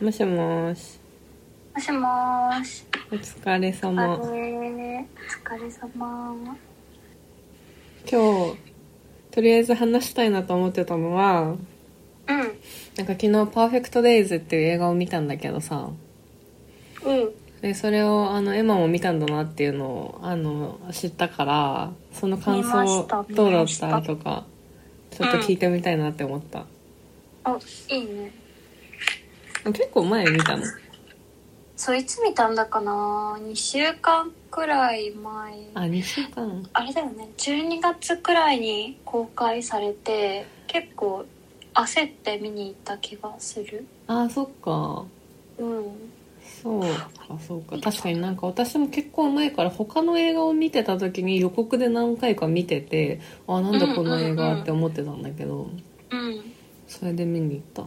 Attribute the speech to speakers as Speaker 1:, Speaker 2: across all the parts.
Speaker 1: もしもーし。
Speaker 2: もしもーし。
Speaker 1: お疲れ
Speaker 2: あれ
Speaker 1: 様。
Speaker 2: ー、お疲れ様。
Speaker 1: 今日、とりあえず話したいなと思ってたのは、
Speaker 2: うん。
Speaker 1: なんか昨日パーフェクトデイズっていう映画を見たんだけどさ、
Speaker 2: うん。
Speaker 1: で、それをあの、エマも見たんだなっていうのを、あの、知ったから、その感
Speaker 2: 見ました
Speaker 1: 想どうだっ
Speaker 2: 見
Speaker 1: た
Speaker 2: ました
Speaker 1: とか、ちょっと聞いてみたいなって思った。
Speaker 2: あ、いいね。
Speaker 1: 結構前見たの。
Speaker 2: そう、いつ見たんだかな ?2 週間くらい前。
Speaker 1: あ、2週間。
Speaker 2: あれだよね。12月くらいに公開されて、結構焦って見に行った気がする。
Speaker 1: あ、そっか。
Speaker 2: うん。
Speaker 1: そうかそうか確かになんか私も結構前から他の映画を見てた時に予告で何回か見ててあなんだこの映
Speaker 2: うんうんう
Speaker 1: 画
Speaker 2: ん
Speaker 1: って思ってたんだけど、
Speaker 2: うん。
Speaker 1: それで見に行っ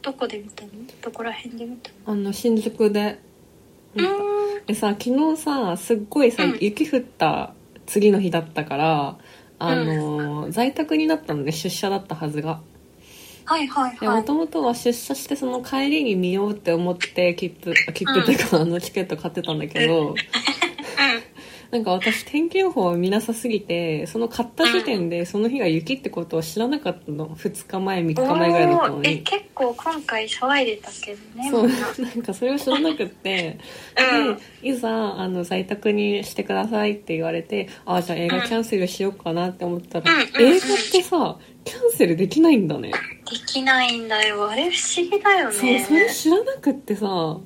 Speaker 2: どこで見たのどこら辺で見たの
Speaker 1: たあの新宿で見た
Speaker 2: う
Speaker 1: でさ昨日さすっごいさ、
Speaker 2: うん
Speaker 1: 雪降った次の日だったからあの、在宅になったので出社だったはずが
Speaker 2: はいはいは
Speaker 1: も
Speaker 2: い。
Speaker 1: ともとは出社してその帰りに見ようって思って切符あ切符っていうか、あのチケット買ってたんだけど、なんか私天気予報を見なさすぎてその買った時点でその日が雪ってことを知らなかったの2日前3日前ぐらいだったの
Speaker 2: おーえ
Speaker 1: に
Speaker 2: 結構今回騒いでたけどね
Speaker 1: そう
Speaker 2: みんな
Speaker 1: なんかそれを知らなくって、
Speaker 2: うん
Speaker 1: でいざあの在宅にしてくださいって言われてあじゃあ映画キャンセルしようかなって思ったら、
Speaker 2: うんうんうん
Speaker 1: 映画ってさキャンセルできないんだね
Speaker 2: できないんだよあれ不思議だよ
Speaker 1: そう
Speaker 2: ね
Speaker 1: それ知らなくってさ
Speaker 2: う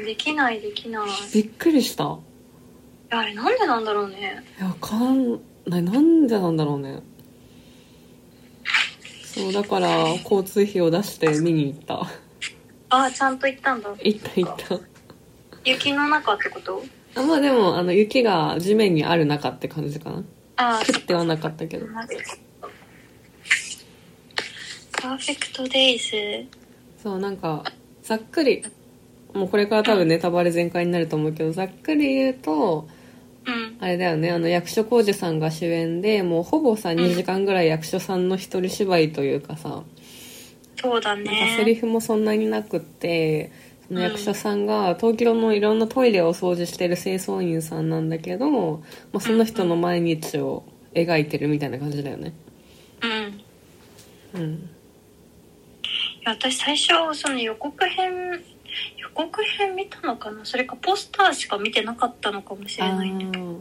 Speaker 2: んできないできない
Speaker 1: びっくりした
Speaker 2: あれなんでなんだろうね
Speaker 1: いやわかんないなんでなんだろうねそうだから交通費を出して見に行った
Speaker 2: ああちゃんと行ったんだ
Speaker 1: 行った行った
Speaker 2: 雪の中ってこと
Speaker 1: あまあでもあの雪が地面にある中って感じかな
Speaker 2: ああ
Speaker 1: 降ってはなかったけど
Speaker 2: パーフェクトデイズ
Speaker 1: そうなんかざっくりもうこれから多分ネタバレ全開になると思うけどざっくり言うと
Speaker 2: うん
Speaker 1: あれだよねあの役所広司さんが主演でもうほぼさ2時間ぐらい役所さんの一人芝居というかさ
Speaker 2: そうだ
Speaker 1: なんかセリ
Speaker 2: ね
Speaker 1: フもそんなになくってその
Speaker 2: うん
Speaker 1: 役所さんが東京のいろんなトイレを掃除してる清掃員さんなんだけど、まあ、その人の毎日を描いてるみたいな感じだよね。
Speaker 2: うんい
Speaker 1: うん、
Speaker 2: や私最初その予告編予告編見たのかなそれかポスターしか見てなかったのかもしれ
Speaker 1: あ
Speaker 2: ないね
Speaker 1: ー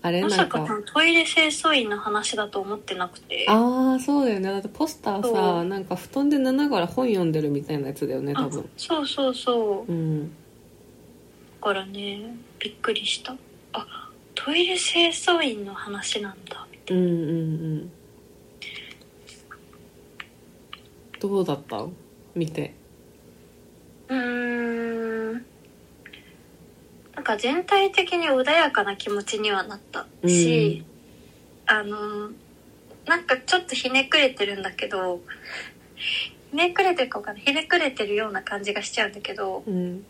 Speaker 1: あれ
Speaker 2: ま
Speaker 1: な
Speaker 2: さ
Speaker 1: ん
Speaker 2: か
Speaker 1: か
Speaker 2: そのトイレ清掃員の話だと思ってなくてあ
Speaker 1: ああそうだよねだってポスター
Speaker 2: そ
Speaker 1: さ
Speaker 2: う
Speaker 1: なんか布団で寝ながら本読んでるみたいなやつだよね多分。
Speaker 2: そうそうそうだ
Speaker 1: うん、
Speaker 2: からねびっくりしたあトイレ清掃員の話なんだみた
Speaker 1: う
Speaker 2: い
Speaker 1: ん
Speaker 2: な、
Speaker 1: うんうんどうだった見て。
Speaker 2: うーんなんか全体的に穏やかな気持ちにはなったし、あのなんかちょっとひねくれてるんだけどひねくれてるかわかんないひねくれてるような感じがしちゃうんだけど
Speaker 1: うん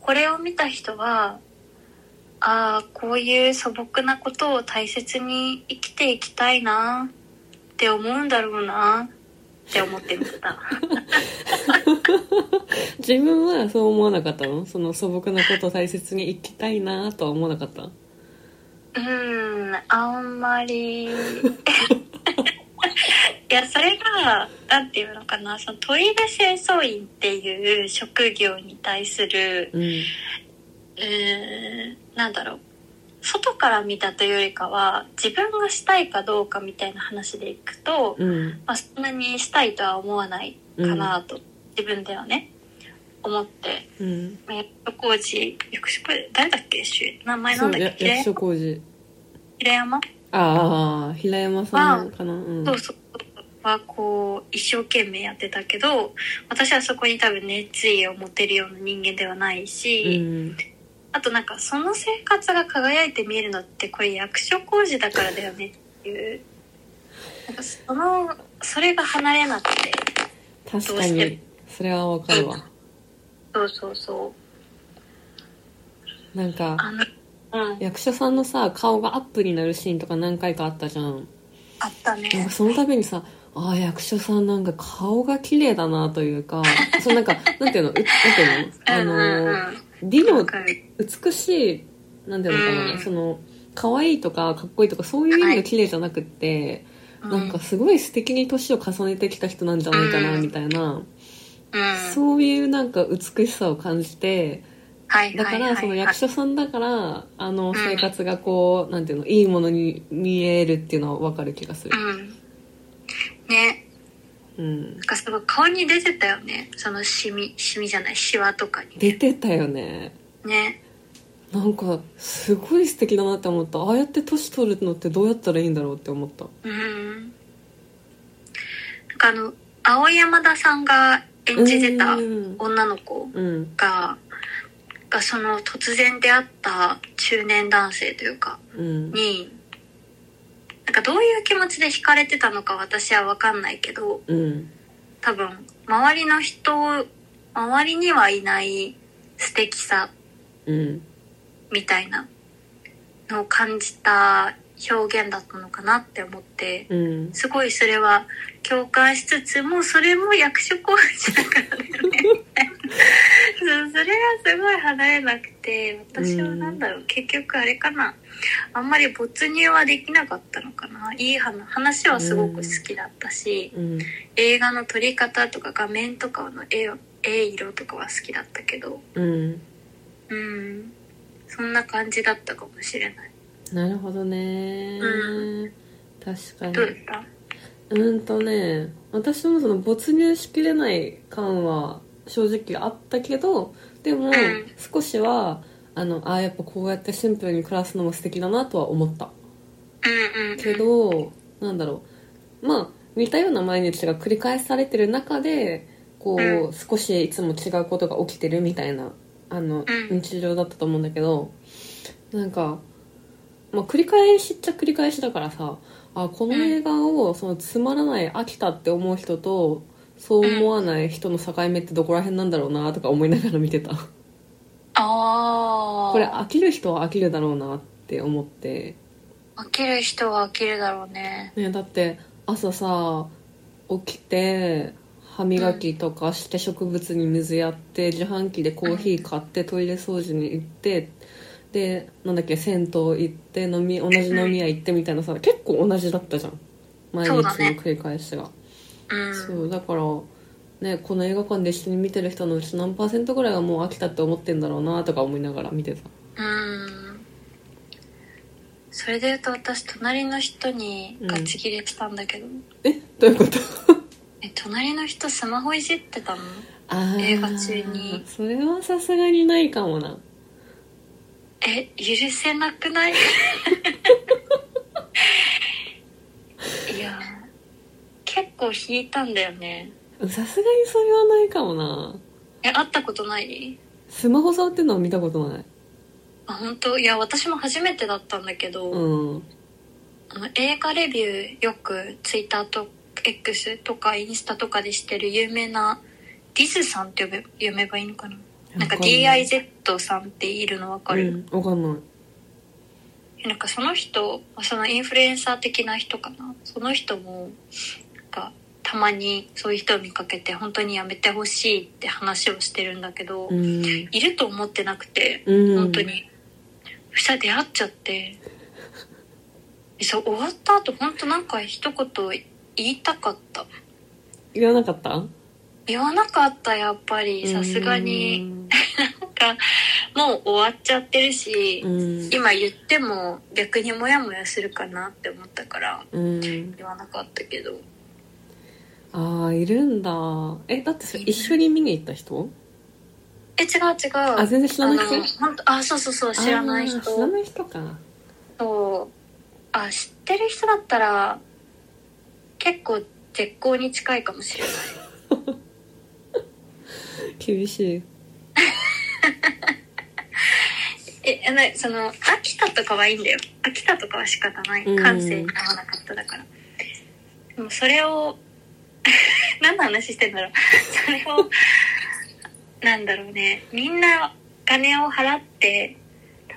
Speaker 2: これを見た人はああこういう素朴なことを大切に生きていきたいなって思うんだろうなって思ってみた
Speaker 1: 自分はそう思わなかったのその素朴なことを大切に生きたいなとは思わなかった
Speaker 2: うんあんまりいやそれがなんていうのかなそのトイレ清掃員っていう職業に対する
Speaker 1: うん
Speaker 2: うーんなんだろう外から見たというよりかは自分がしたいかどうかみたいな話でいくと、
Speaker 1: うん
Speaker 2: まあ、そんなにしたいとは思わないかなと、自分ではね思って
Speaker 1: うん
Speaker 2: まあ役所工事役所工事誰だっけ主演名前な
Speaker 1: そ
Speaker 2: ん
Speaker 1: う
Speaker 2: だ
Speaker 1: や
Speaker 2: っけ
Speaker 1: 役
Speaker 2: 平
Speaker 1: 所広司
Speaker 2: 平山、
Speaker 1: ああ平山さんかなうん
Speaker 2: そうそうはこう一生懸命やってたけど私はそこに多分熱意を持てるような人間ではないし、
Speaker 1: ん
Speaker 2: あとなんかその生活が輝いて見えるのってこれ役所工事だからだよねっていうなんかそのそれが離れなくて。
Speaker 1: 確
Speaker 2: どう
Speaker 1: か
Speaker 2: して
Speaker 1: にそれはわかるわ
Speaker 2: そうそうそう
Speaker 1: なんか
Speaker 2: あのうん
Speaker 1: 役所さんのさ顔がアップになるシーンとか何回かあったじゃん
Speaker 2: あったね
Speaker 1: なんかその度にさああ役所さんなんか顔が綺麗だなというかそうなんかなんていうのうなんていうの
Speaker 2: うん
Speaker 1: あ
Speaker 2: うん
Speaker 1: のディ
Speaker 2: う
Speaker 1: の
Speaker 2: ん、わかる
Speaker 1: 美しいなんていうのかな、
Speaker 2: うん
Speaker 1: その可愛いとかかっこいいとかそういう意味が綺麗じゃなくって、なんかすごい素敵に年を重ねてきた人なんじゃないかな、
Speaker 2: うん
Speaker 1: みたいな、
Speaker 2: うん、うん
Speaker 1: そういうなんか美しさを感じて
Speaker 2: はい
Speaker 1: だか
Speaker 2: はいはい
Speaker 1: らその役所さんだからあの
Speaker 2: ん
Speaker 1: 生活がこうなんていうのいいものに見えるっていうのは分かる気がする。
Speaker 2: うんね
Speaker 1: うん
Speaker 2: なんかすごい顔に出てたよねそのシミシミじゃないシワとかに
Speaker 1: 出てたよね
Speaker 2: ね
Speaker 1: なんかすごい素敵だなって思ったああやって年取るのってどうやったらいいんだろうって思った
Speaker 2: うんなんかあの青山田さんが演じてた
Speaker 1: うん
Speaker 2: 女の子
Speaker 1: うん
Speaker 2: ががその突然出会った中年男性というか
Speaker 1: うん
Speaker 2: になんかどういう気持ちで惹かれてたのか私は分かんないけど
Speaker 1: うん
Speaker 2: 多分周りの人周りにはいない素敵さ
Speaker 1: うん
Speaker 2: みたいなのを感じた表現だったのかなって思って
Speaker 1: うん
Speaker 2: すごいそれは共感しつつもそれも役所講師だからだよ ねそうそれはすごい払えなくて私はなんだろう結局あれかなあんまり没入はできなかったのかないい話話はすごく好きだったし、
Speaker 1: うん
Speaker 2: 映画の撮り方とか画面とかの絵を絵色とかは好きだったけど
Speaker 1: うん
Speaker 2: うんそんな感じだったかもしれない
Speaker 1: なるほどね
Speaker 2: う
Speaker 1: 確か
Speaker 2: どうだっ
Speaker 1: に
Speaker 2: た
Speaker 1: うんとね私もその没入しきれない感は正直あったけどでも
Speaker 2: ん
Speaker 1: 少しはあのああやっぱこうやってシンプルに暮らすのも素敵だなとは思った
Speaker 2: うんうん
Speaker 1: けどなんだろうまあ似たような毎日が繰り返されてる中でこう、
Speaker 2: う
Speaker 1: 少しいつも違うことが起きてるみたいなあの、
Speaker 2: うん
Speaker 1: 日常だったと思うんだけどなんか、まあ、繰り返しっちゃ繰り返しだからさあこの
Speaker 2: うん
Speaker 1: 映画をそのつまらない飽きたって思う人とそう思わない人の境目ってどこら辺なんだろうなとか思いながら見てた
Speaker 2: ああ
Speaker 1: これ飽きる人は飽きるだろうなって思って。
Speaker 2: 飽きる人は飽きるだろうね
Speaker 1: ねだって朝さ起きて歯磨きとかして植物に水やって自販機でコーヒー買ってトイレ掃除に行ってでなんだっけ銭湯行って飲み同じ飲み屋行ってみたいなさ結構同じだったじゃん毎日
Speaker 2: そ
Speaker 1: の
Speaker 2: うだね
Speaker 1: 繰り返しが
Speaker 2: うん
Speaker 1: そう,、だからねこの映画館で一緒に見てる人のうち何パーセントぐらいがもう飽きたって思ってんだろうなとか思いながら見てた
Speaker 2: うんそれで言うと私隣の人にガチ切れしたんだけど、
Speaker 1: えどういうこと
Speaker 2: え隣の人スマホいじってたの
Speaker 1: あー
Speaker 2: 映画中に
Speaker 1: それはさすがにないかもな
Speaker 2: え許せなくない いや結構引いたんだよね
Speaker 1: さすがにそれはないかもな
Speaker 2: え会ったことない
Speaker 1: スマホ触ってるのは見たことない
Speaker 2: あ本当いや私も初めてだったんだけど、
Speaker 1: うん
Speaker 2: あの映画レビューよく Twitter と X とかインスタとかでしてる有名なディズさんって呼べ読めばいいのかななんか
Speaker 1: わんない
Speaker 2: DIZ さんっているの分かる、
Speaker 1: うん、わかんない
Speaker 2: なんかその人そのインフルエンサー的な人かなその人もなんかたまにそういう人を見かけて本当にやめてほしいって話をしてるんだけど、
Speaker 1: うん、
Speaker 2: いると思ってなくて
Speaker 1: うん、
Speaker 2: 本当に、そしたら出会っちゃってそう終わった後本当なんか一言言いたかった
Speaker 1: 言わなかった
Speaker 2: 言わなかったやっぱりさすがになんかもう終わっちゃってるし、
Speaker 1: うん
Speaker 2: 今言っても逆にモヤモヤするかなって思ったから
Speaker 1: うん、
Speaker 2: 言わなかったけど
Speaker 1: ああいるんだえだってそれ一緒に見に行った人
Speaker 2: え違う違う
Speaker 1: あ全然知らない人
Speaker 2: あの本当あそうそうそう知らない人
Speaker 1: あー知らない人か
Speaker 2: そうあ知ってる人だったら結構絶好に近いかもしれない
Speaker 1: 厳しい
Speaker 2: えあのその秋田とかはいいんだよ秋田とかは仕方ない
Speaker 1: うん
Speaker 2: 感性に合わなかっただから、でもそれを 何の話してんだろうそれをなんだろうねみんなお金を払って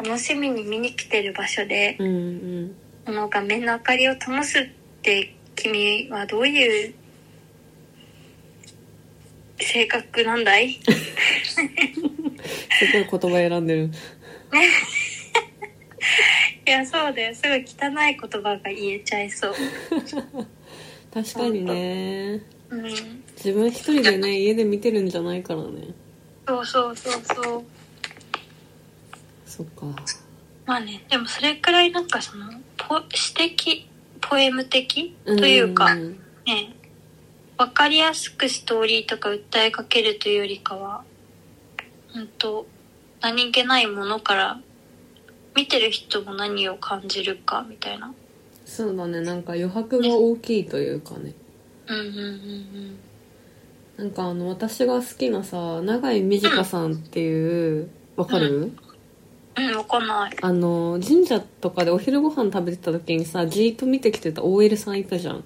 Speaker 2: 楽しみに見に来てる場所で
Speaker 1: うん
Speaker 2: この画面の明かりを灯すって君はどういう性格なんだい
Speaker 1: すごい言葉選んでる。
Speaker 2: いやそうだよすごい汚い言葉が言えちゃいそう、
Speaker 1: 確かにね。
Speaker 2: うん、
Speaker 1: 自分一人でね、家で見てるんじゃないからね。
Speaker 2: そうそうそうそう
Speaker 1: そっか。
Speaker 2: まあねでもそれくらいなんかそのポ詩的ポエム的というか、
Speaker 1: ん
Speaker 2: ね分かりやすくストーリーとか訴えかけるというよりかは本当何気ないものから見てる人も何を感じるかみたいな
Speaker 1: そうだね、なんか余白が大きいというかね。
Speaker 2: うんうんうん
Speaker 1: なんかあの、私が好きなさ、永井美智香さんっていう、わかる、
Speaker 2: うんうんわかんない
Speaker 1: あの、神社とかでお昼ご飯食べてた時にさ、じーっと見てきてた OL さんいたじゃん。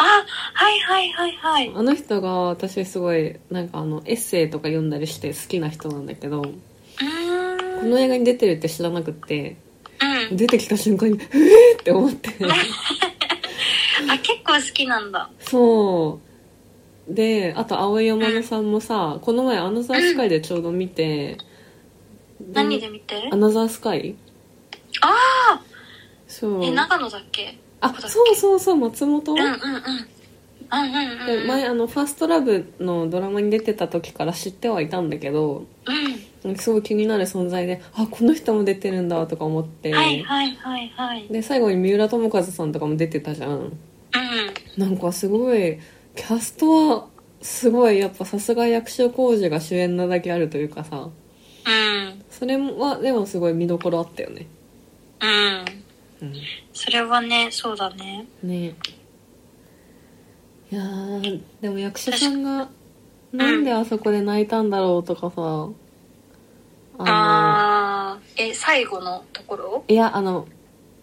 Speaker 2: あはいはいはいはい
Speaker 1: あの人が私すごい、なんかあの、エッセイとか読んだりして好きな人なんだけど、
Speaker 2: うー
Speaker 1: こ
Speaker 2: ん
Speaker 1: の映画に出てるって知らなくって、
Speaker 2: うん
Speaker 1: 出てきた瞬間に、 えーって思って。
Speaker 2: あ結構好きなんだ
Speaker 1: そう。で、あと、青山野さんもさ、この前、アナザースカイでちょうど見て、
Speaker 2: 何で見て
Speaker 1: アナザースカイ
Speaker 2: あ
Speaker 1: そう。
Speaker 2: え長野だっけ
Speaker 1: あ、そうそうそう、松本、
Speaker 2: うんうんうんうんうんうん
Speaker 1: で前、あの、ファーストラブのドラマに出てた時から知ってはいたんだけど、
Speaker 2: う
Speaker 1: すごい気になる存在で、あ、この人も出てるんだとか思って、
Speaker 2: んはいはいはいはい
Speaker 1: で、最後に三浦友和さんとかも出てたじゃん。
Speaker 2: うん
Speaker 1: なんかすごいキャストはすごいやっぱさすが役所広司が主演なだけあるというかさ
Speaker 2: うん
Speaker 1: それはでもすごい見どころあったよね、
Speaker 2: うん
Speaker 1: うん、
Speaker 2: それはねそうだね
Speaker 1: ねえいやーでも役者さんがなんであそこで泣いたんだろうとかさあの
Speaker 2: ああーえ最後のところ
Speaker 1: いやあの、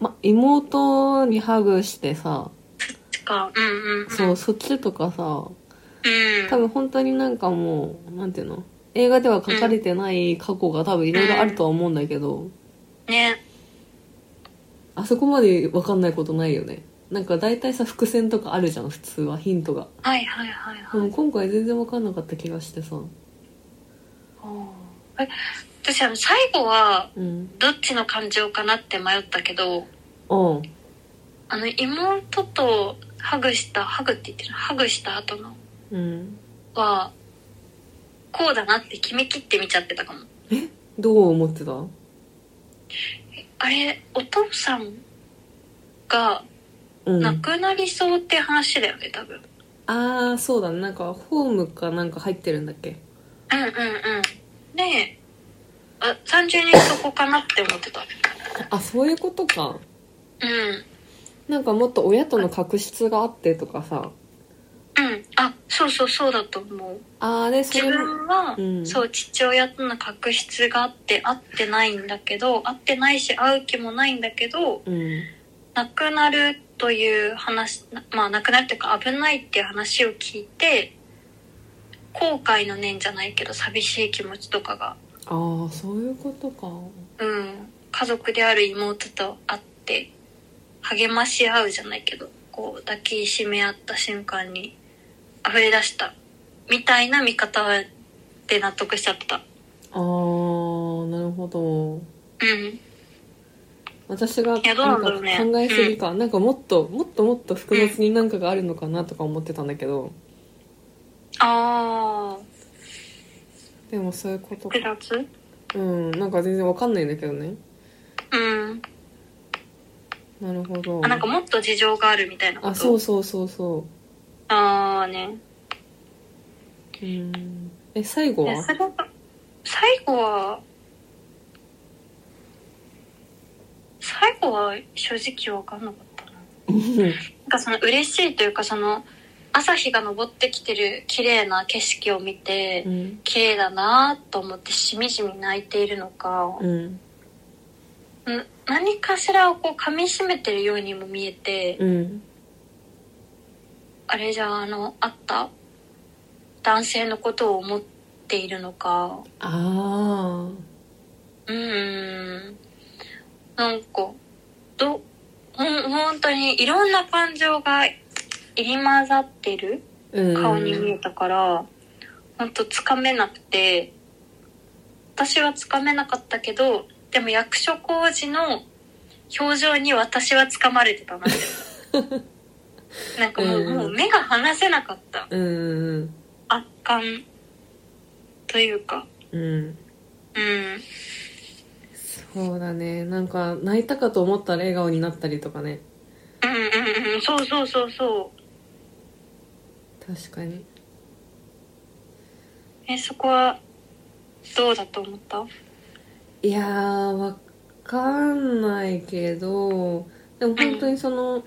Speaker 1: ま、妹にハグしてさ
Speaker 2: かうんうんうん
Speaker 1: そうそっちとかさ
Speaker 2: うん
Speaker 1: 多分本当になんかもうなんていうの映画では書かれてない過去が多分いろいろあるとは思うんだけど、
Speaker 2: ね
Speaker 1: あそこまで分かんないことないよねなんか大体さ伏線とかあるじゃん普通はヒントが
Speaker 2: はいはいはい
Speaker 1: で
Speaker 2: はい、
Speaker 1: も今回全然分かんなかった気がしてさ
Speaker 2: あーえ私あの最後は
Speaker 1: うん
Speaker 2: どっちの感情かなって迷ったけど
Speaker 1: うん
Speaker 2: あの妹とハグしたハグって言ってるハグした後の
Speaker 1: うん
Speaker 2: はこうだなって決めきって見ちゃってたかも
Speaker 1: どう思ってた
Speaker 2: あれお父さんが
Speaker 1: うん
Speaker 2: 亡くなりそうって話だよね多分
Speaker 1: ああそうだねなんかホームかなんか入ってるんだっけ
Speaker 2: うんうんうんであ30人そこかなって思ってた
Speaker 1: あそういうことか
Speaker 2: う
Speaker 1: なんかもっと親との確執があってとかさ
Speaker 2: んうんあそうそうそうだと思う
Speaker 1: ああでそ
Speaker 2: 自
Speaker 1: れも
Speaker 2: 分は、
Speaker 1: うん
Speaker 2: そう父親との確執があって会ってないんだけど会ってないし会う気もないんだけど
Speaker 1: うん
Speaker 2: 亡くなるという話なまあ亡くなるっていうか危ないっていう話を聞いて後悔の念じゃないけど寂しい気持ちとかが
Speaker 1: ああそういうことか
Speaker 2: うん、家族である妹と会って励まし合うじゃないけどこう抱きしめ合った瞬間に溢れ出したみたいな見方で納得しちゃった
Speaker 1: ああなるほど
Speaker 2: うん
Speaker 1: 私がなん
Speaker 2: やどうなんだ
Speaker 1: か
Speaker 2: ろ
Speaker 1: 考
Speaker 2: うね
Speaker 1: えすぎか、なんかもっともっともっと複雑になんかがあるのかなとか思ってたんだけど
Speaker 2: ああ
Speaker 1: でもそういうこと
Speaker 2: 複
Speaker 1: か
Speaker 2: 雑
Speaker 1: うんなんか全然わかんないんだけどね
Speaker 2: うん
Speaker 1: なるほど
Speaker 2: あなんかもっと事情があるみたいなこと
Speaker 1: あそうそうそうそ
Speaker 2: ああね
Speaker 1: ううんえ最後
Speaker 2: で
Speaker 1: は
Speaker 2: それが最後は最後は正直わかんなかったななんかその嬉しいというかその朝日が昇ってきてる綺麗な景色を見て
Speaker 1: うん
Speaker 2: 綺麗だなと思ってしみじみ泣いているのか、
Speaker 1: うん
Speaker 2: ん何かしらをこう噛みしめてるようにも見えて、
Speaker 1: うん
Speaker 2: あれじゃああのあった男性のことを思っているのか
Speaker 1: あ
Speaker 2: うーんなんかどほん本当にいろんな感情が入り混ざってる
Speaker 1: うん
Speaker 2: 顔に見えたから、ほんとつかめなくて、私はつかめなかったけど、でも役所工事の表情に私はつかまれてたなって なんかもう,、
Speaker 1: うん
Speaker 2: もう目が離せなかった。
Speaker 1: うん
Speaker 2: 圧巻というか。
Speaker 1: うん
Speaker 2: うん。
Speaker 1: そうだねなんか泣いたかと思ったら笑顔になったりとかね
Speaker 2: うんうんうん。そうそうそうそう。
Speaker 1: 確かに
Speaker 2: え、そこはどうだと思った
Speaker 1: いやーわかんないけどでも本当にその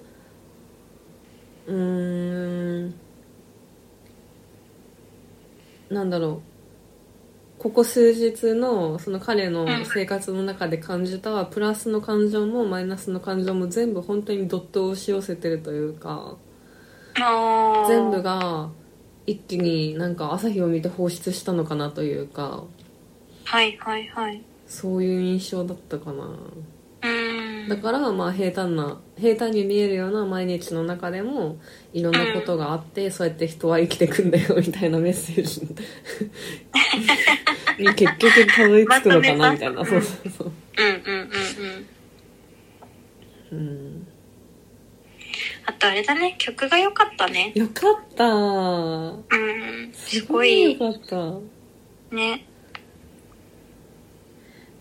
Speaker 1: うーんなんだろうここ数日のその彼の生活の中で感じたプラスの感情もマイナスの感情も全部本当にドットを押し寄せてるというか
Speaker 2: あー
Speaker 1: 全部が一気になんか朝日を見て放出したのかなというか
Speaker 2: はいはいはい。
Speaker 1: そういう印象だったかな。
Speaker 2: うん。
Speaker 1: だからまあ平坦な平坦に見えるような毎日の中でもいろんなことがあって、そうやって人は生きてくんだよみたいなメッセージ に結局たどり着くのかなみたいな
Speaker 2: まと
Speaker 1: そ
Speaker 2: め
Speaker 1: う
Speaker 2: た
Speaker 1: そうそう
Speaker 2: うんうんうんうん。
Speaker 1: うん
Speaker 2: あとあれだね、曲が良かったね。
Speaker 1: よかった
Speaker 2: うん、す
Speaker 1: す
Speaker 2: ご
Speaker 1: ごいよ
Speaker 2: い
Speaker 1: かった
Speaker 2: ね。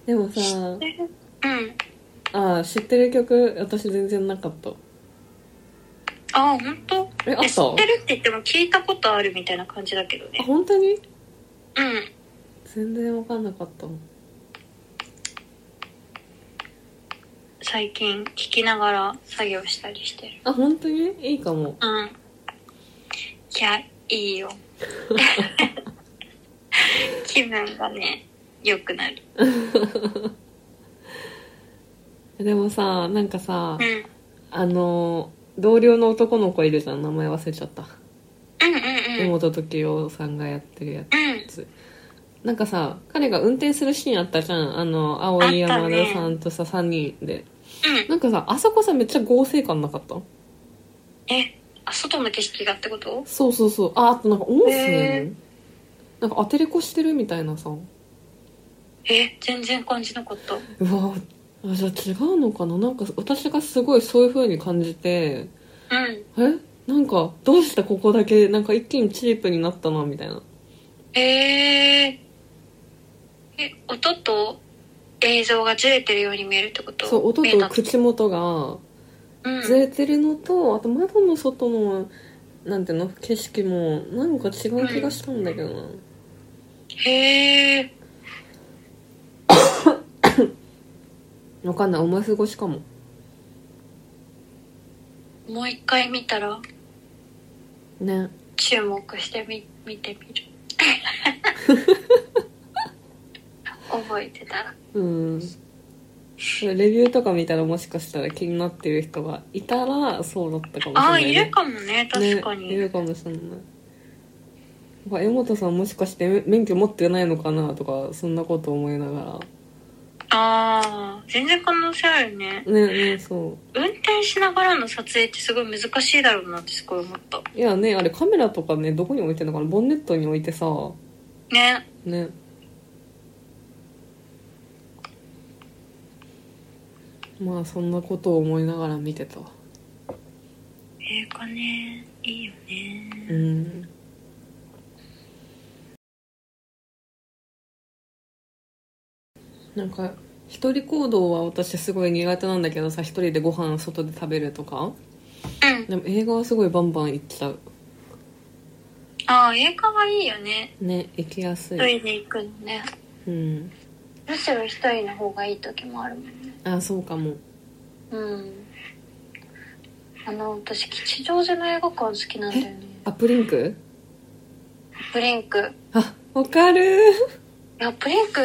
Speaker 1: でもさ
Speaker 2: うん。
Speaker 1: あー知ってる曲私全然なかった
Speaker 2: ああ、本当。
Speaker 1: えあっ
Speaker 2: え知
Speaker 1: た
Speaker 2: ってるって言っても聞いたことあるみたいな感じだけど
Speaker 1: あ
Speaker 2: ね。
Speaker 1: 本当に
Speaker 2: うん。
Speaker 1: 全然わかんなかった
Speaker 2: 最近聞きながら作業したりしてる。
Speaker 1: あ本当にいいかも
Speaker 2: うん。いや、いい よ。気分がね、良くなる。
Speaker 1: でもさなんかさ、
Speaker 2: うん。
Speaker 1: あの同僚の男の子いるじゃん名前忘れちゃった
Speaker 2: うんうんうん。
Speaker 1: 妹時代さんがやってるや
Speaker 2: うん。
Speaker 1: つなんかさ彼が運転するシーンあったじゃんあの青い
Speaker 2: あった
Speaker 1: 山
Speaker 2: ね
Speaker 1: 田さんとさ、3人で
Speaker 2: うん。
Speaker 1: なんかさあそこさめっちゃ合成感なかった
Speaker 2: え、あ、外の景色がってこと
Speaker 1: そうそうそうああとなんか音声、
Speaker 2: へ
Speaker 1: なんか当てれこしてるみたいなさう
Speaker 2: え、全然感じなかった。
Speaker 1: わあじゃあ違うのかななんか私がすごいそういう風に感じて
Speaker 2: うん。
Speaker 1: えなんかどうしてここだけなんか一気にチープになったなみたいな
Speaker 2: えー、え、音と映像がずれてるように見えるってこと
Speaker 1: そう音
Speaker 2: 見えた
Speaker 1: と口元が
Speaker 2: うん、
Speaker 1: ずれてるのとあと窓の外のなんていうの景色もなんか違う気がしたんだけどな、
Speaker 2: へえ、
Speaker 1: わかんない思い過ごしかも
Speaker 2: もう一回見たら
Speaker 1: ね
Speaker 2: 注目してみ、見てみ る。覚えてたら。
Speaker 1: うんレビューとか見たらもしかしたら気になってる人がいたらそうだったかもしれ
Speaker 2: あ
Speaker 1: な
Speaker 2: あ、
Speaker 1: い、
Speaker 2: いるかもね、確か
Speaker 1: ね、い
Speaker 2: に。
Speaker 1: るかもしれないなんか江本さんもしかして免許持ってないのかなとかそんなこと思いなが
Speaker 2: ああ、全然可能性あるね。
Speaker 1: らねねそう
Speaker 2: 運転しながらの撮影ってすごい難しいだろうなってすごい思った。
Speaker 1: いやねあれカメラとかねどこに置いてんのかなボンネットに置いてさ
Speaker 2: ね。
Speaker 1: ねまあそんなことを思いながら見てたわ
Speaker 2: 映画ね、いいよね。
Speaker 1: うんなんか一人行動は私すごい苦手なんだけどさ一人でご飯外で食べるとか
Speaker 2: うん。
Speaker 1: でも映画はすごいバンバン行っちゃう
Speaker 2: ああ、映画はいいよね。
Speaker 1: ね行きやす
Speaker 2: 一
Speaker 1: い
Speaker 2: 人で行くのね。
Speaker 1: うん
Speaker 2: むしろ一人の方がいい時もあるもんね。
Speaker 1: あそうかも
Speaker 2: うん。あの、私、吉祥寺の映画館好きなんだよね。
Speaker 1: あプリンク
Speaker 2: ブリンク。
Speaker 1: あわかる
Speaker 2: いや、ブリンク、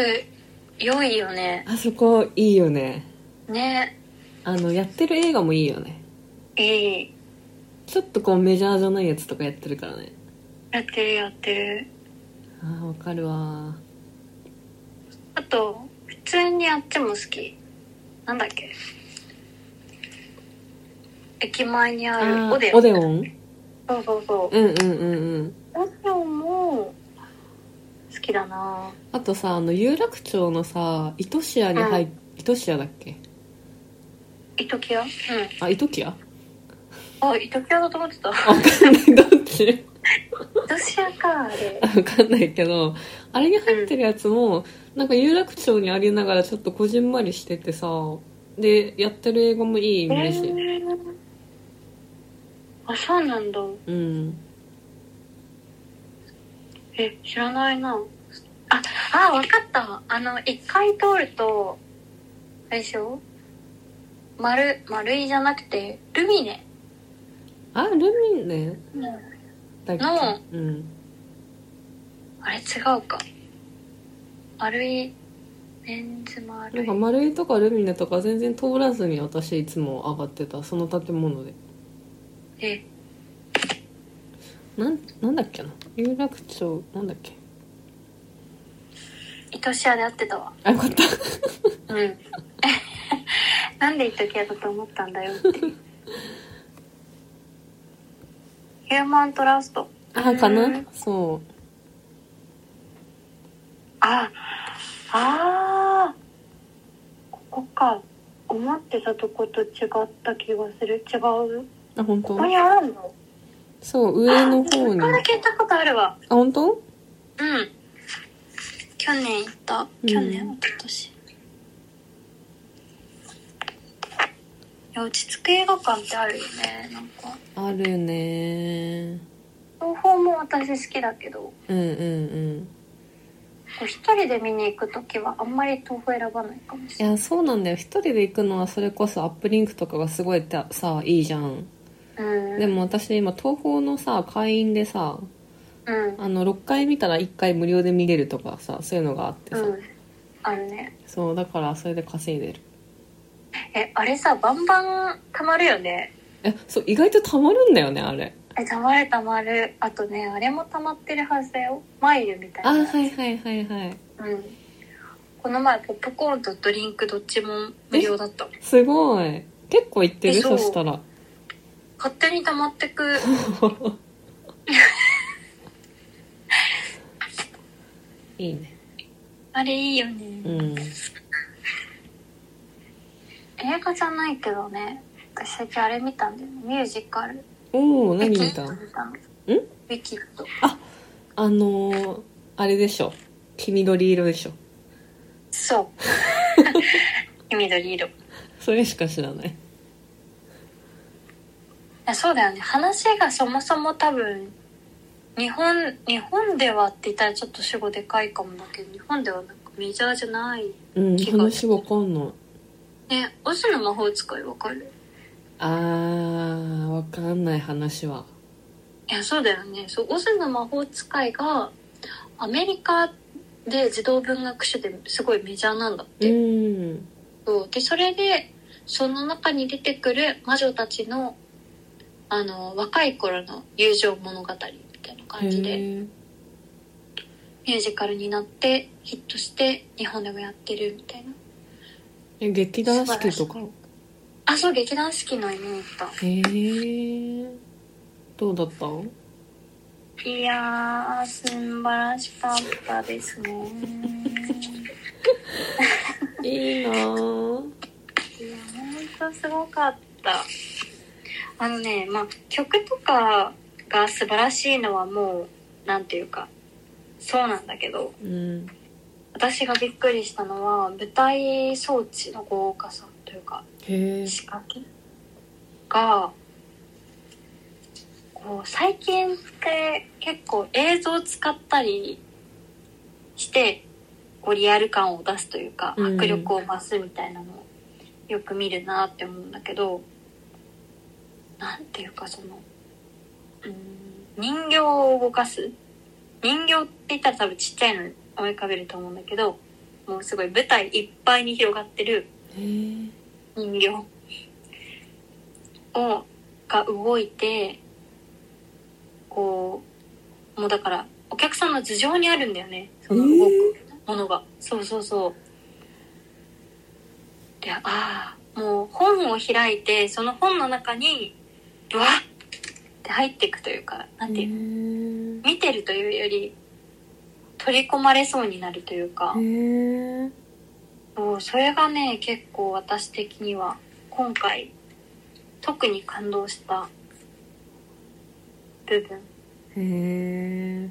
Speaker 2: 良いよね。
Speaker 1: あそこいいよね
Speaker 2: ね。
Speaker 1: あのやってる映画もいいよね
Speaker 2: いい。
Speaker 1: ちょっとこうメジャーじゃないやつとかやってるからね
Speaker 2: やってるやってる。
Speaker 1: ああわかるわ
Speaker 2: あと、普通にあっちも好き。なんだっけ。駅前にある
Speaker 1: ー
Speaker 2: オデオン。
Speaker 1: オデオン
Speaker 2: そうそうそう
Speaker 1: うんうんうんうん
Speaker 2: ラジオも好きだな
Speaker 1: あとさあの有楽町のさ糸シアに入っ、糸シアだっけ
Speaker 2: 糸キアうん
Speaker 1: あ糸キア
Speaker 2: あ糸キアだと思ってた
Speaker 1: わかんないどっち
Speaker 2: 糸シアかあれ
Speaker 1: わかんないけどあれに入ってるやつも、なんか有楽町にありながらちょっとこじんまりしててさでやってる映画もいいイメージ、
Speaker 2: えーあそうなんだ
Speaker 1: うん
Speaker 2: え知らないなああわかったあの一回通るとあれでしょ丸丸いじゃなくてルミネ
Speaker 1: あルミネだっけ
Speaker 2: う
Speaker 1: うん
Speaker 2: あれ違うか丸いメンズ丸
Speaker 1: なん
Speaker 2: い
Speaker 1: か丸井とかルミネとか全然通らずに私いつも上がってたその建物で
Speaker 2: え
Speaker 1: なんなんだっけな有楽町なんだっけ
Speaker 2: 愛し屋で会ってたわ
Speaker 1: あよかった
Speaker 2: うん なんで愛し屋だと思ったんだよってヒューマントラスト
Speaker 1: あか
Speaker 2: う
Speaker 1: なんそ
Speaker 2: ああーここか思ってたとこと違った気がする違う
Speaker 1: うあ本
Speaker 2: こ
Speaker 1: 当
Speaker 2: こにあるの
Speaker 1: そう上の方に
Speaker 2: あこれ
Speaker 1: あ
Speaker 2: 聞いたことあるわ
Speaker 1: 本当
Speaker 2: うん去年行った
Speaker 1: うん
Speaker 2: 去年一昨年、いや落ち着く映画館ってあるよねなんか
Speaker 1: あるね
Speaker 2: 東宝も私好きだけど
Speaker 1: うんうんうん
Speaker 2: こう一人で見に行く時はあんまり東宝選ばないかもし
Speaker 1: い
Speaker 2: れない
Speaker 1: やそうなんだよ一人で行くのはそれこそアップリンクとかがすごいたさいいじゃん
Speaker 2: うん
Speaker 1: でも私今東宝のさ会員でさ
Speaker 2: うん
Speaker 1: あの6回見たら1回無料で見れるとかさそういうのがあって
Speaker 2: う
Speaker 1: さ、
Speaker 2: んあるね
Speaker 1: そうだからそれで稼いでる
Speaker 2: えあれさバンバンたまるよね
Speaker 1: えそう意外とたまるんだよねあれ
Speaker 2: えたまるたまるあとねあれもたまってるはずだよマイルみたい
Speaker 1: あ
Speaker 2: な
Speaker 1: はいはいはいはい
Speaker 2: うんこの前ポップコーンとドリンクどっちも無料だった
Speaker 1: すごい結構行ってる
Speaker 2: えそ
Speaker 1: そうしたら
Speaker 2: 勝手に溜まっ てく
Speaker 1: いいね
Speaker 2: あれいいよね、
Speaker 1: うん
Speaker 2: 映画じゃないけどね私最近あれ見たんだよねミュージカル
Speaker 1: おお
Speaker 2: ウィ
Speaker 1: 何
Speaker 2: キ
Speaker 1: 見
Speaker 2: ッ
Speaker 1: た
Speaker 2: ド見たのウ
Speaker 1: ん
Speaker 2: ィキッド
Speaker 1: あのー、あれでしょ黄緑色でしょ
Speaker 2: そう 緑色い
Speaker 1: それしか知らない
Speaker 2: やそうだよね話がそもそも多分日本日本ではって言ったらちょっと主語でかいかもだけど日本ではなんかメジャーじゃない
Speaker 1: うん
Speaker 2: 違う
Speaker 1: 話わかんない
Speaker 2: ねオズの魔法使いわかる
Speaker 1: あーわかんない話はい
Speaker 2: やそうだよねそうオズの魔法使いがアメリカで児童文学誌ですごいメジャーなんだっ
Speaker 1: う
Speaker 2: て、
Speaker 1: ん
Speaker 2: そうでそれでその中に出てくる魔女たちのあの若い頃の友情物語みたい
Speaker 1: へ
Speaker 2: な感じで
Speaker 1: え
Speaker 2: ミュージカルになってヒットして日本でもやってるみたいな
Speaker 1: え劇団四季とか
Speaker 2: あそう劇団四季の見に行っ
Speaker 1: へえどうだった
Speaker 2: たいやー素晴らしかったですね
Speaker 1: いいなー
Speaker 2: いや本当すごかったあのねまあ曲とかが素晴らしいのはもうなんていうかそうなんだけど
Speaker 1: うん
Speaker 2: 私がびっくりしたのは舞台装置の豪華さというか
Speaker 1: へえ
Speaker 2: 仕掛けがこう最近って結構映像を使ったりしてこうリアル感を出すというか
Speaker 1: うん
Speaker 2: 迫力を増すみたいなのをよく見るなって思うんだけど、なんていうかそのうん人形を動かす人形って言ったら多分ちっちゃいの思い浮かべると思うんだけどもうすごい舞台いっぱいに広がってる
Speaker 1: へえ
Speaker 2: 人形をが動いてこうもうだからお客さんの頭上にあるんだよねその動くものが、そうそうそうでああもう本を開いてその本の中にうわっって入っていくというか、なんていうの、
Speaker 1: ん
Speaker 2: 見てるというより、取り込まれそうになるというか、
Speaker 1: へえ
Speaker 2: そうそれがね、結構私的には、今回、特に感動した部分。
Speaker 1: へ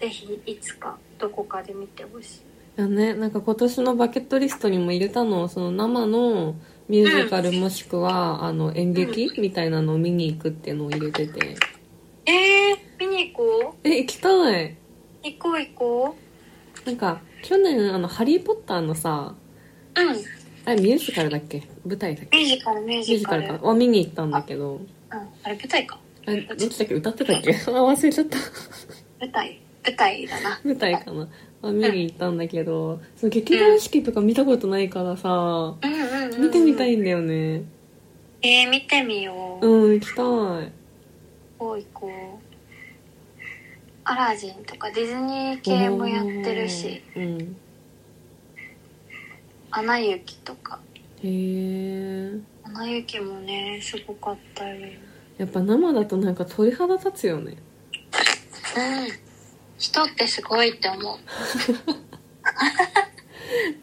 Speaker 1: え
Speaker 2: ぜひ、いつか、どこかで見てほしい。
Speaker 1: だねなんか今年のバケットリストにも入れたのその生のミュージカルもしくはあの演劇みたいなのを見に行くっていうのを入れてて
Speaker 2: えー、見に行こう
Speaker 1: え行きたい
Speaker 2: 行こう行こ
Speaker 1: なんか去年あの「ハリー・ポッター」のさ
Speaker 2: う。うん。ミ
Speaker 1: あれミュージカルだっけ舞台だっけ
Speaker 2: ュージカル、ミ
Speaker 1: ミュ
Speaker 2: ュー
Speaker 1: ー
Speaker 2: ジ
Speaker 1: ジ
Speaker 2: カ
Speaker 1: カ
Speaker 2: ル。
Speaker 1: ルかは見に行ったんだけど
Speaker 2: うん。あれ、舞台か。
Speaker 1: あれどっちだっけ歌ってたっけあ 忘れちゃった
Speaker 2: 舞台、舞台だな。
Speaker 1: 舞台かな、まあ、見に行ったんだけどその劇団四季とか見たことないからさ
Speaker 2: うんうん、うん。
Speaker 1: 見てみたい。んだよね
Speaker 2: えー、見てみよう。
Speaker 1: うん行きたい
Speaker 2: こう行こう。アラジンとかディズニー系もやってるし、
Speaker 1: うん
Speaker 2: アナ雪とか。
Speaker 1: へえ
Speaker 2: アナ雪もね、すごかったよ。
Speaker 1: やっぱ生だとなんか鳥肌立つよね
Speaker 2: うん。人ってすごいって思う。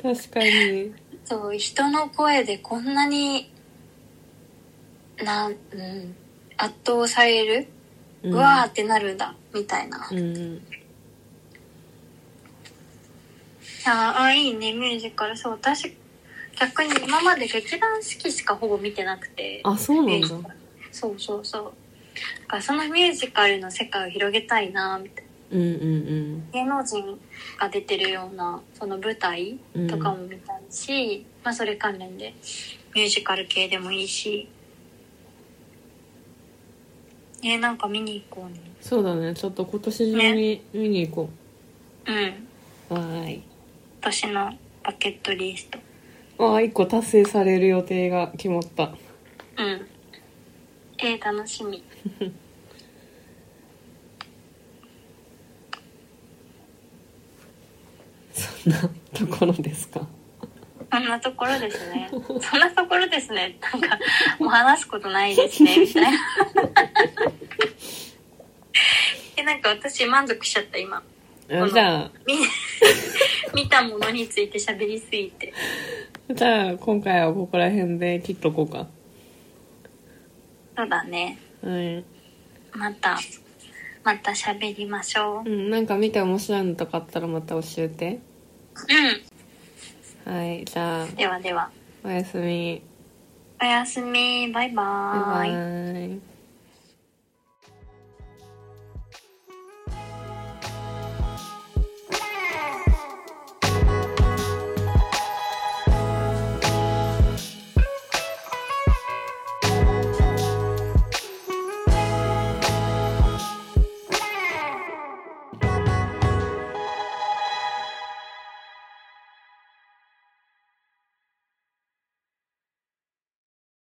Speaker 1: 確かに
Speaker 2: そう、人の声でこんなに、なん、うん、圧倒される、うわーってなるんだ、みたいな。
Speaker 1: うん
Speaker 2: あーあー、いいね、ミュージカル。そう、私、逆に今まで劇団四季しかほぼ見てなくて。
Speaker 1: あそうなん
Speaker 2: ミュージ
Speaker 1: だ
Speaker 2: カルそうそうそう。だからそのミュージカルの世界を広げたいな、みたいな。
Speaker 1: うんうん
Speaker 2: 芸能人が出てるような、その舞台
Speaker 1: うん
Speaker 2: とかも見たいし、まあそれ関連で、ミュージカル系でもいいし。ねなんか見に行こうね。
Speaker 1: そうだねちょっと今年中に見に行こ
Speaker 2: うん。
Speaker 1: うわーい
Speaker 2: 私のバケットリスト。
Speaker 1: わあ一個達成される予定が決まった
Speaker 2: うん。えー、楽しみ。
Speaker 1: そんなところですか
Speaker 2: そんなところです ね。そんなところですね。なん か、もう話すことないですね、みたい な。え、なんか私満足しちゃった、今。
Speaker 1: あじゃあ
Speaker 2: み見たものについて喋りすぎて。
Speaker 1: じゃあ今回はここら辺で切っとこうか
Speaker 2: そうだね。
Speaker 1: はい、
Speaker 2: また、また喋りましょう。うん。
Speaker 1: うん、なんか見て面白いのとかあったらまた教えてはいじゃあ
Speaker 2: ではでは。
Speaker 1: おやすみ
Speaker 2: おやすみ。バイバ
Speaker 1: バイバイ